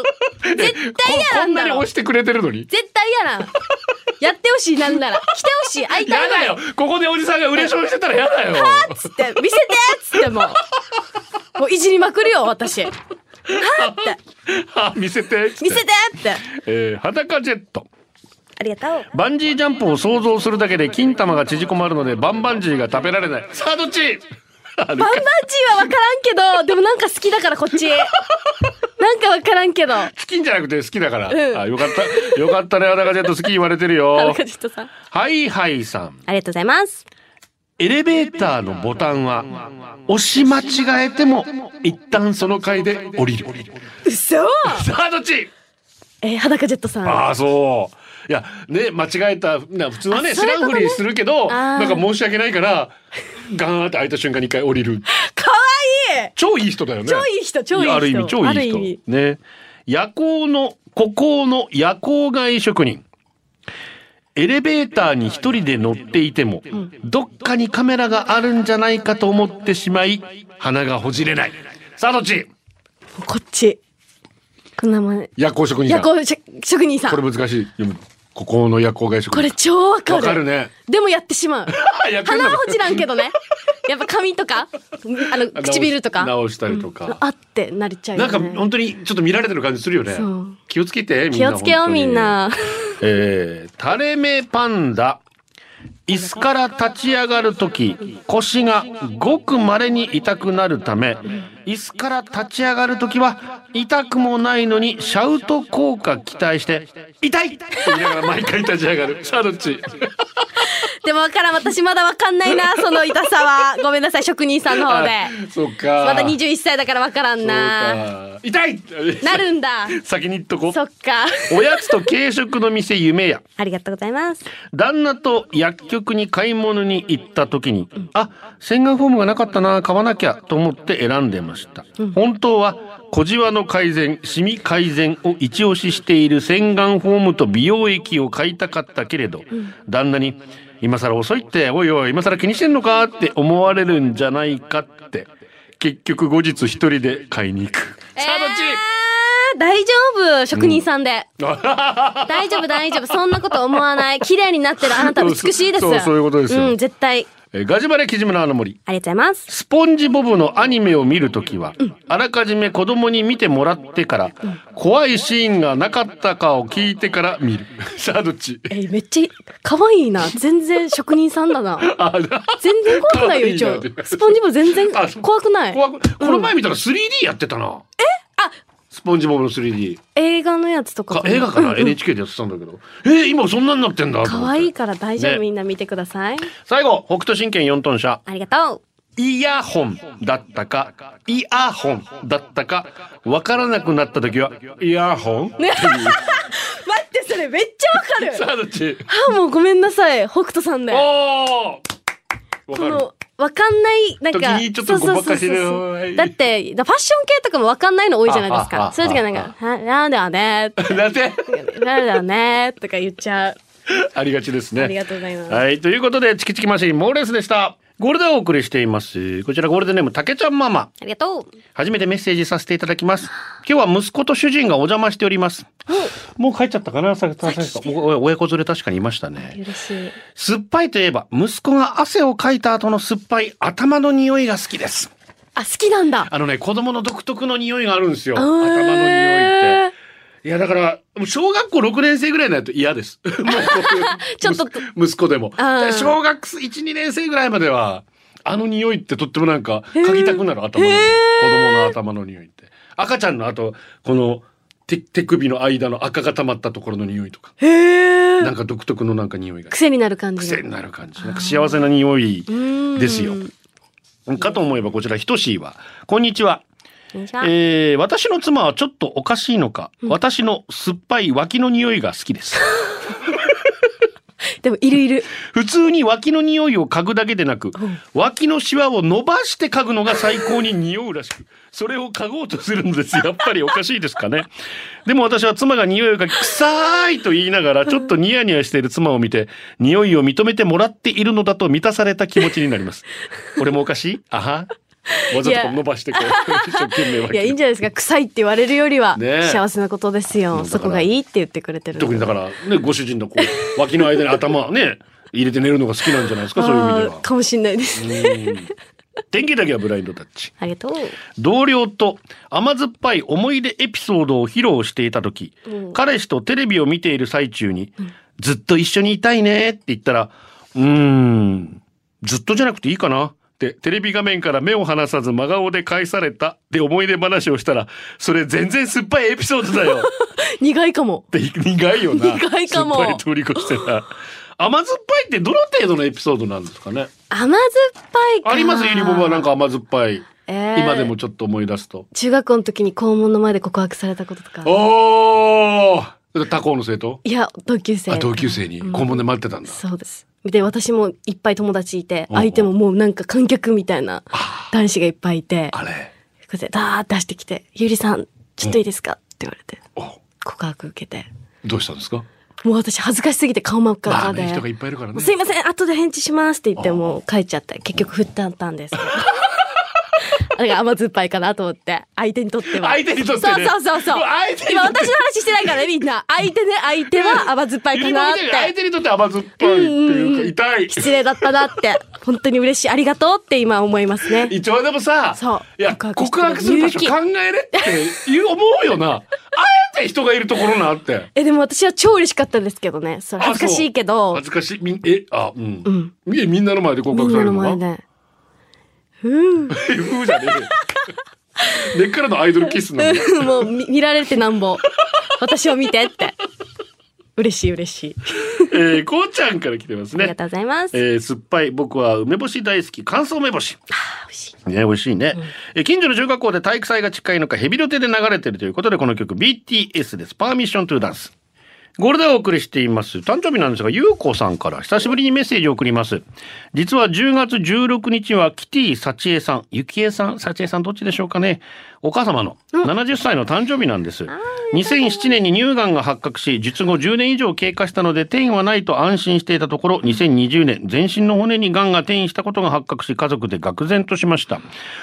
S5: *laughs*
S7: ん絶対
S5: こ
S7: 嫌
S5: こ
S7: なんん
S5: な
S7: だ
S5: に
S7: ろ
S5: 押してくれてるのに
S7: 絶対嫌なんやってほしいなんなら来てほしい会い
S5: や
S7: たい
S5: だよここでおじさんが嬉しょんしてたらやだよ
S7: っつって見せてっつってもうもういじりまくるよ私はーって
S5: あ見せてっつって
S7: 見せてって
S5: えー裸ジェット
S7: ありがとう
S5: バンジージャンプを想像するだけで金玉が縮こまるのでバンバンジーが食べられないさあどっちあれ
S7: バンバンジーは分からんけど、でもなんか好きだからこっち。なんか分からんけど。
S5: 好きんじゃなくて好きだから。
S7: うん
S5: あよかった。よかったね、裸ジェット好き言われてる
S7: 田 *laughs*
S5: よ
S7: 中。ジェットさん。
S5: はいはいさん。
S7: ありがとうございます。
S5: エレベーターのボタンは、押し間違えても、一旦その階で降りる。
S7: 嘘
S5: さあ、どっち
S7: えー、裸ジェットさん。
S5: ああ、そう。いや、ね、間違えた、な普通はね、
S7: あそ
S5: 知
S7: うい
S5: ら
S7: うんことね
S5: ふりするけど、
S7: あー
S5: なんか申し訳ないから、ガーンって開いた瞬間に一回降りる。
S7: かわいい
S5: 超いい人だよね。
S7: 超いい人、超いい人。
S5: ある意味超い
S7: ある
S5: い
S7: 意
S5: 人
S7: 味
S5: ね夜行の孤高の夜行外職人エレベーターに一人で乗っていても、どっかにカメラがあるんじゃないかと思ってしまい鼻がほじれないさあどっち
S7: もうこっち。こんなもん。
S5: 夜行職人さ
S7: 夜
S5: んこ
S7: 行し職人さん。こ
S5: れ
S7: れ
S5: 難しい読む孤高の夜行外職人
S7: 超わかる。
S5: わかるね
S7: でもやってしまう。
S5: *laughs* やってんだ
S7: 鼻はほじらんけ
S5: *laughs*
S7: どね。やっぱ髪とか、あの、唇とか。
S5: 直し直したりとか、
S7: あってなりちゃうよ
S5: なん
S7: ね。
S5: か本当にちょっと見られてる感じするよね
S7: そう
S5: 気をつけてみん
S7: 気
S5: な
S7: をつけよ
S5: 本
S7: う
S5: 当に
S7: みんな。
S5: えー、タレ目パンダ椅子から立ち上がるとき腰がごくまれに痛くなるため椅子から立ち上がるときは痛くもないのにシャウト効果期待して「痛い!」って言いながら毎回立ち上がるさあどっち
S7: でもわからん私まだわかんな
S5: *laughs*
S7: いなその痛さはごめんなさい職人さんの方で
S5: あ *laughs* そっか
S7: まだ21歳だからわからん
S5: そう
S7: な
S5: か痛い
S7: なるんだ
S5: 先に言っとこ
S7: そっか
S5: うおやつと軽食の店夢や
S7: ありがとうございます
S5: 旦那と薬局に買い物に行った時に、あ、洗顔フォームがなかったな、買わなきゃと思って選んでました。本当は小じわの改善、シミ改善を一押ししている洗顔フォームと美容液を買いたかったけれど、旦那に、今更遅いって、おいおい、今更気にしてんのかって思われるんじゃないかって、結局後日一人で買いに行く。
S7: えー大丈夫職人さんで、
S5: あ *laughs*
S7: 大丈夫大丈夫そんなこと思わない綺麗になってるあなた美しいです
S5: そうそうそういうことですよ
S7: うん絶対
S5: えーガジバレキジムのあの森。
S7: ありがとうございます。
S5: スポンジボブのアニメを見るときは、あらかじめ子供に見てもらってから、怖いシーンがなかったかを聞いてから見る。さあ、どっち
S7: えーめっちゃ可愛いな。全然職人さんだな。
S5: あ、な
S7: 全然怖くないよ、一
S5: 可愛い
S7: 応
S5: な。
S7: スポンジも全然
S5: *laughs* あそう
S7: 怖くない。
S5: 怖く、この前見たら 3D やってたな。え
S7: あ
S5: スポンジボブの 3D。
S7: 映画のやつとか
S5: か
S7: も。
S5: 映画かな ?NHK でやってたんだけど。えー、今そんなになってんだ。と思っ
S7: 可
S5: て
S7: 愛いから大丈夫、
S5: ね
S7: みんな見てください。
S5: 最後、北斗神拳4トン車。
S7: ありがとう。
S5: イヤホンだったか、イヤホンだったか、わからなくなった時は、イヤホンっていう。
S7: 待って、それめっちゃわか
S5: さ
S7: る。
S5: あ、どっち
S7: あ、もうごめんなさい。北斗さんで。
S5: おお。わ
S7: こ
S5: かる
S7: の。、わかんない、なんか、
S5: 時にちょっとごまかしながら
S7: だって、だファッション系とかもわかんないの多いじゃないで
S5: あ
S7: す
S5: ああ
S7: か
S5: あ。
S7: そういう時はなんか、はなんだよねー、
S5: なんて
S7: なんだよねー、とか言っちゃう。
S5: *laughs* ありがちですね。
S7: ありがとうございます
S5: はい、ということで、チキチキマシン、猛レースでした。ゴールデンをお送りしています。こちらゴールデンネーム、たけちゃんママ。
S7: ありがとう。
S5: 初めてメッセージさせていただきます。今日は息子と主人がお邪魔しております。もう帰っちゃったかなさささおお親子連れ確かにいましたね。
S7: 嬉しい。
S5: 酸っぱいといえば、息子が汗をかいた後の酸っぱい頭の匂いが好きです。
S7: あ、好きなんだ。
S5: あのね、子供の独特の匂いがあるんですよ。
S7: あー
S5: 頭の匂いって。いや、だから、もう小学校6年生ぐらいになると嫌です。 *laughs* もう
S7: ちょっと
S5: 息息子でも。
S7: あー
S5: 小学1、2年生ぐらいまでは、あの匂いってとってもなんか、嗅ぎたくなる頭の匂い。子供の頭の匂いって。赤ちゃんの後、この手手首の間の赤が溜まったところの匂いとか。なんか独特のなんか匂いが。
S7: 癖になる感じの。
S5: 癖になる感じ。なんか幸せな匂いですよ
S7: う。
S5: かと思えばこちら、ひとしいは、こんにちは。
S7: お願いします
S5: えー私の妻はちょっとおかしいのか、私の酸っぱい脇の匂いが好きです。
S7: でも、いるいる。
S5: 普通に脇の匂いを嗅ぐだけでなく、脇のシワを伸ばして嗅ぐのが最高に匂うらしく、それを嗅ごうとするの
S7: *laughs*
S5: です。やっぱりおかしいですかね。でも私は妻が匂いを嗅ぎ、臭いと言いながら、ちょっとニヤニヤしている妻を見て、匂いを認めてもらっているのだと満たされた気持ちになります。俺もおかしいあはわざとこう伸ばしてこう、一生懸命脇を
S7: いや、いいんじゃないですか。臭いって言われるよりは、
S5: ねえ
S7: 幸せなことですよ。
S5: だから
S7: そこがいいって言ってくれてるの
S5: 特にだからねご主人のこう脇の間に頭をね入れて寝るのが好きなんじゃないですかそういう意味で
S7: あ
S5: は
S7: ー。かもしんないですね。
S5: 天気だけはブラインドタッチ。
S7: ありがとう。
S5: 同僚と甘酸っぱい思い出エピソードを披露していた時、彼氏とテレビを見ている最中に、ずっと一緒にいたいねって言ったら、うーん、ずっとじゃなくていいかなってテレビ画面から目を離さず真顔で返されたって思い出話をしたら、それ全然酸っぱいエピソード
S7: *laughs*
S5: だよ。
S7: 苦いかも。
S5: って苦いよな。
S7: 苦いかも
S5: 酸っぱい通り越してな。甘酸っぱいってどの程度のエピソードなんですかね。
S7: 甘酸っぱいか。
S5: ありますゆりぼぼはなんか甘酸っぱい。
S7: えー
S5: 今でもちょっと思い出すと。
S7: 中学校の時に校門の前で告白されたこととか。
S5: おお。他校の生徒？
S7: いや、同級生。
S5: あ同級生に校門で待ってたんだ。
S7: そうです。で、私もいっぱい友達いて、
S5: おうおう
S7: 相手ももうなんか観客みたいな男子がいっぱいいて、こ
S5: あれ。
S7: うやってダーって出してきて、ゆりさん、ちょっといいですかって言われて、
S5: お
S7: 告白受けて。
S5: どうしたんですか？
S7: もう私恥ずかしすぎて顔真っ赤
S5: まあ
S7: かで。
S5: ね人がいっぱいいるからね。
S7: すいません、後で返事しますって言ってもう帰っちゃって、結局振ったったんですけ *laughs* ど。なんか甘酸っぱいかなと思って、相手にとっては。
S5: 相手にとってね
S7: そうそうそうそう。
S5: うわ相手にとって
S7: 今私の話してないからね、みんな。相手ね、相手は甘酸っぱい
S5: ゆ
S7: か
S5: りぼぼ
S7: なっ
S5: みたいに相
S7: て。
S5: 手にとって甘酸っぱいっていうか痛い。
S7: 失礼だったなって。本当に嬉しい。ありがとうって今思いますね。
S5: 一応でもさ
S7: そう、
S5: いや
S7: 告
S5: 告
S7: 白して
S5: 白する場所
S7: 勇気
S5: 考えれっていう思うよな。あえて人がいるところなって。
S7: え、でも私は超嬉しかったですけどね。それ恥ずかしいけ
S5: あ
S7: ど
S5: そう恥、ずかしいみんえあうん、えみんなの前で告
S7: み
S5: 白
S7: ん
S5: さ
S7: な
S5: れる
S7: の
S5: の
S7: 前
S5: か
S7: で。
S5: え *laughs* うじゃねえよ根っからのアイドルキスなの
S7: うんもう見見られてなんぼ。私を見てって。嬉しい嬉しい。
S5: えー、こうちゃんから来てます
S7: ありが
S5: ね
S7: とうございます。
S5: えー、酸っぱい僕は梅干し大好き乾燥梅干し
S7: 美味しい。
S5: ね美味しいね、えー近所の中学校で体育祭が近いのかヘビロテで流れてるということでこの曲 BTS ですパーミッショントゥダンスゴールデンをお送りしています。誕生日なんですが、ゆうこさんから久しぶりにメッセージを送ります。実は10月16日はキティ幸恵さん、ゆきえさん、幸恵さんどっちでしょうかね。お母様の70歳の誕生日なんです。2007年に乳がんが発覚し、術後10年以上経過したので転移はないと安心していたところ、2020年、全身の骨にがんが転移したことが発覚し、家族で愕然としました。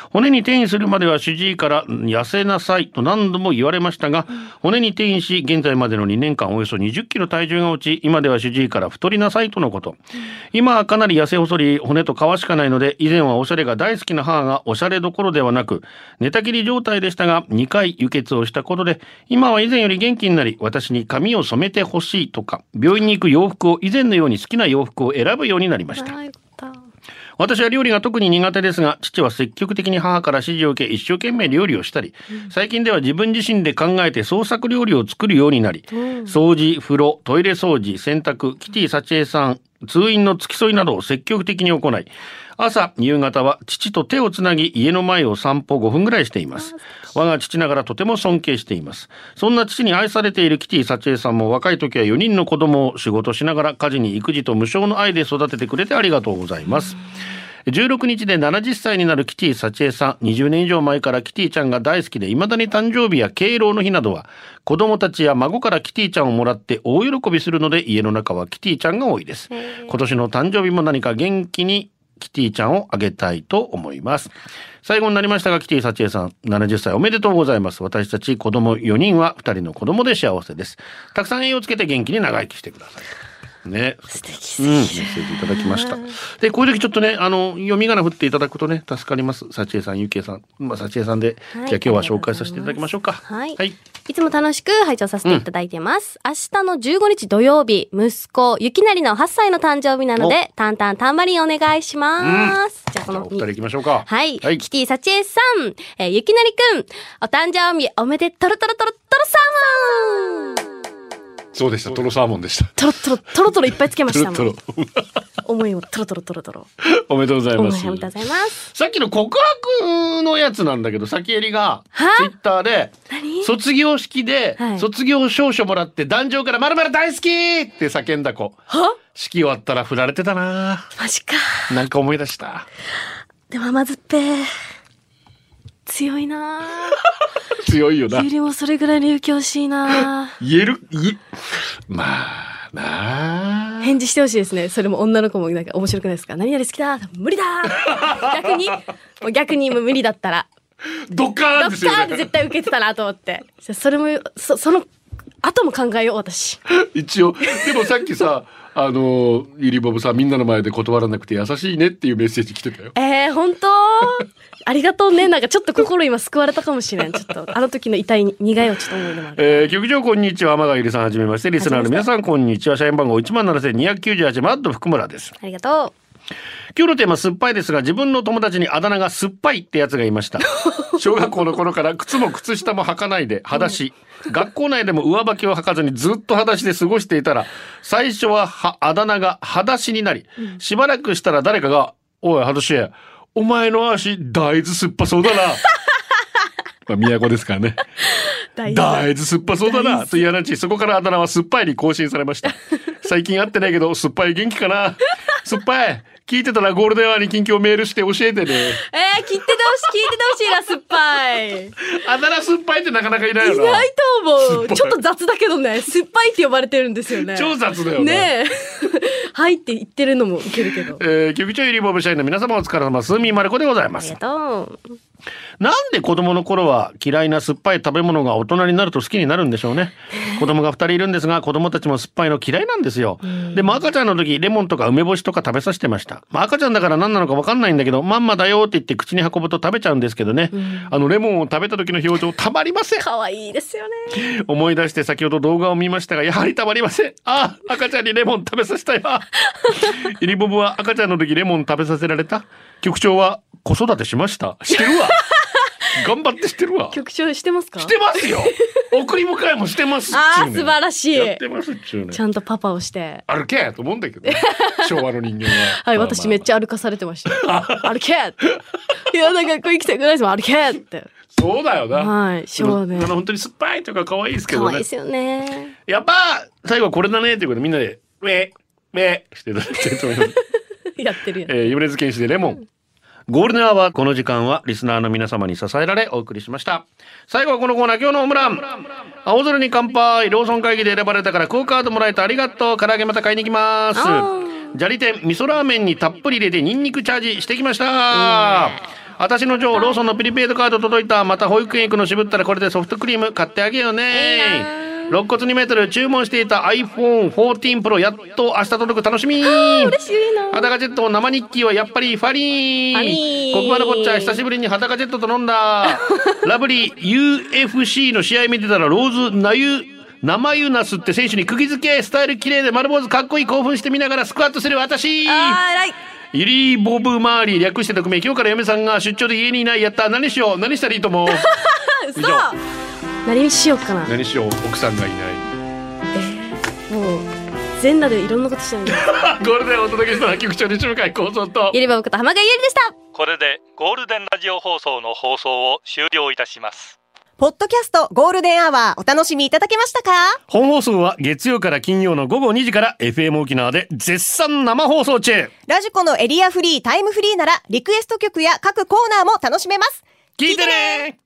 S5: 骨に転移するまでは主治医から痩せなさいと何度も言われましたが、骨に転移し、現在までの2年間およそ20キロ体重が落ち、今では主治医から太りなさいとのこと。今はかなり痩せ細り、骨と皮しかないので、以前はおしゃれが大好きな母がおしゃれどころではなく、寝たきり状態でしたが、2回輸血をしたことで、今は以前より元気になり、私に髪を染めてほしいとか、病院に行く洋服を以前のように好きな洋服を選ぶようになりました。私は料理が特に苦手ですが、父は積極的に母から指示を受け、一生懸命料理をしたり、最近では自分自身で考えて創作料理を作るようになり、掃除、風呂、トイレ掃除、洗濯、キティ幸恵さん、通院の付き添いなどを積極的に行い、朝、夕方は父と手をつなぎ、家の前を散歩5分ぐらいしています。我が父ながらとても尊敬しています。そんな父に愛されているキティ幸恵さんも若い時は4人の子供を仕事しながら家事に育児と無償の愛で育ててくれてありがとうございます。16日で70歳になるキティ幸恵さん20年以上前からキティちゃんが大好きで未だに誕生日や敬老の日などは子供たちや孫からキティちゃんをもらって大喜びするので家の中はキティちゃんが多いです今年の誕生日も何か元気にキティちゃんをあげたいと思います最後になりましたがキティ幸恵さん70歳おめでとうございます私たち子供4人は2人の子供で幸せですたくさん栄養つけて元気に長生きしてくださいね、素敵すぎる、うん、メッセージいただきました。で、こういう時ちょっとね、あの、読み仮名振っていただくとね、助かります。幸恵さん、ゆきえさん、まあ、幸恵さんで、
S7: はい
S5: じゃあ今日は紹介させていただきましょうか。
S7: はい
S5: はい。
S7: いつも楽しく拝聴させていただいてます。明日の15日土曜日、息子、ゆきなりの8歳の誕生日なので、タンタンタンバリンお願いします。じゃあそ
S5: じゃあ、お
S7: の
S5: 二人行きましょうか。
S7: はい、
S5: はい。
S7: キティ幸恵さん、えーゆきなりくん、お誕生日おめでとろとろとろとろさま
S8: そうでした。トロサーモンでした。
S7: とろとろとろとろいっぱいつけまし
S8: ト
S7: た
S8: ロ
S7: も
S8: トロ。
S7: ん思いをとろとろとろとろ。
S5: おめでとうござい
S7: お
S5: ま
S7: めですとうご。ざいます。
S5: さっきの告白のやつなんだけど、先えりが、
S7: は
S5: ツイッターで、
S7: 何
S5: 卒業式で、
S7: はい
S5: 卒業証書もらって、壇上からまるまる大好きって叫んだ子。
S7: は
S5: 式終わったら振られてたな
S7: マジか。
S5: なんか思い出した。
S7: でも甘酸っぱい。強いな
S5: 強いよ
S7: ぁ。
S5: な
S7: ゆ。りもそれぐらいの勇気欲しいなぁ。
S5: 言える、い、まあ、なあ。
S7: 返事してほしいですね。それも女の子もなんか面白くないですか何々好きだ無理だ逆にもう逆にもう無理だったら。
S5: ドカー
S7: ド
S5: ンで
S7: ッ
S5: すよ
S7: カーって
S5: ね。
S7: 絶対受けてたなと思って。じゃあそれも、そその後も考えよう、私。
S8: 一応。でもさっき
S7: *laughs*
S8: さ、あの、ゆりぼぶさん、みんなの前で断らなくて優しいねっていうメッセージ来てたよ。
S7: えー、本当ありがとうね。なんかちょっと心今救われたかもしれん。ちょっと、あの時の痛い苦いをちょっと思い出もある。
S5: えー、局長こんにちは天川ゆりさんはじめましてリスナーの皆さんこんにちは社員番号17298マッド福村です
S7: ありがと
S5: 今日のテーマ酸っぱいですが自分の友達にあだ名が酸っぱいってやつがいました小学校の頃から靴も靴下も履かないで裸足学校内でも上履きを履かずにずっと裸足で過ごしていたら最初ははあだ名が裸足になりしばらくしたら誰かが「おい裸足お前の足大豆酸っぱそうだな」
S8: まあ、都ですからね。
S7: う。大
S5: 大豆酸っぱそうだなという話そこからあだ名は酸っぱいに更新されました *laughs* 最近会ってないけど酸っぱい元気かな酸っぱい聞いてたらゴールデンアワーに近況メールして教えてね
S7: えー、切っててほしい、聞いててほしいな、酸っぱい。意
S5: あだ名酸っぱいってなかなかいないよな
S7: 外と
S5: *laughs*
S7: 思う。ちょっと雑だけどね、酸っぱいって呼ばれてるんですよね。
S5: 超雑だよな
S7: ねえ。 *laughs* はいって言ってるのもウケ
S5: *laughs*
S7: るけど。
S5: えー、局長ゆりぼぶ社員の皆様お疲れ様すみまる子でございます
S7: とう。
S5: なんで子供の頃は嫌いな酸っぱい食べ物が大人になると好きになるんでしょう *laughs* ね。子供が2人いるんですが、子供たちも酸っぱいの嫌いなんですよ。でも赤ちゃんの時、レモンとか梅干しとか食べさせてました。まあ赤ちゃんだから何なのか分かんないんだけど、まんまだよって言って口に運ぶと食べちゃうんですけどね。あのレモンを食べた時の表情たまりません。
S7: 可愛いですよ
S5: *laughs*
S7: ね。
S5: 思い出して先ほど動画を見ましたがやはりたまりませんああ赤ちゃんにレモン食べさせた
S7: *laughs*
S5: いわイリボブは赤ちゃんの時レモン食べさせられた局長は子育てしましたしてる
S7: *laughs*
S5: わ頑張ってしてるわし
S7: 曲調してますか
S5: てますよ送り迎えもしてます
S7: あー
S5: っちゅうね
S7: 素晴らしい
S5: やってますっちゅうね
S7: ちゃんとパパをして。
S5: 歩けやと思うんだけど
S7: *laughs*
S5: ね、昭和の人間は
S7: はい、私めっち
S5: ゃ
S7: ゃ歩かされてました。
S5: *laughs*
S7: 歩けって。いや、なんかこう行きたくないですもん、歩けって。
S5: そうだよな、
S7: はい、
S5: で
S7: 昭
S5: もあ
S7: 和ね
S5: の。本当に酸っぱいとか可愛いですけ
S7: 可
S5: ど
S7: 愛い
S5: ね
S7: ですよね。
S5: *laughs* やっぱ最後はこれだねということでみんなで「ウェウェ」していただきたいと思います
S7: やってるやん。
S5: えー、米津玄師でレモン。ゴールデンアワーこの時間はリスナーの皆様に支えられお送りしました。最後はこのコーナー今日のオムラン。青空に乾杯。ローソン会議で選ばれたからクオカードもらえてありがとう。唐揚げまた買いに行きます。砂利店味噌ラーメンにたっぷり入れてニンニクチャージしてきました。私の女王ローソンのプリペイドカード届いたまた保育園行くの渋ったらこれでソフトクリーム買ってあげようね肋骨2メートル注文していた iPhone14 Pro やっと明日届く楽しみ嬉
S7: しいな
S5: 裸ジェットも生日記はやっぱりファリー
S7: ファリー
S5: 黒板のこっちゃ久しぶりに裸ジェットと飲ん *laughs* だラブリー UFC の試合見てたらローズなゆ生ユナスって選手に釘付けスタイル綺麗で丸坊主かっこいい興奮して見ながらスクワットする私
S7: あー偉い
S5: ユリー・ボブ・マーリー略して匿名今日から嫁さんが出張で家にいないやった何しよう何したらいいと思う *laughs* 以上
S7: 何にしようかな
S8: 何しよう奥さんがいない
S7: もう全裸でいろんなことしてるんだ
S5: *laughs* ゴールデンをお届けしたのは局長西向井幸三と
S7: ゆりばぶこと浜川ゆりでした
S1: これでゴールデンラジオ放送の放送を終了いたします
S9: ポッドキャストゴールデンアワーお楽しみいただけましたか
S5: 本放送は月曜から金曜の午後2時から FM 沖縄で絶賛生放送中
S9: ラジコのエリアフリータイムフリーならリクエスト曲や各コーナーも楽しめます
S5: 聞いてね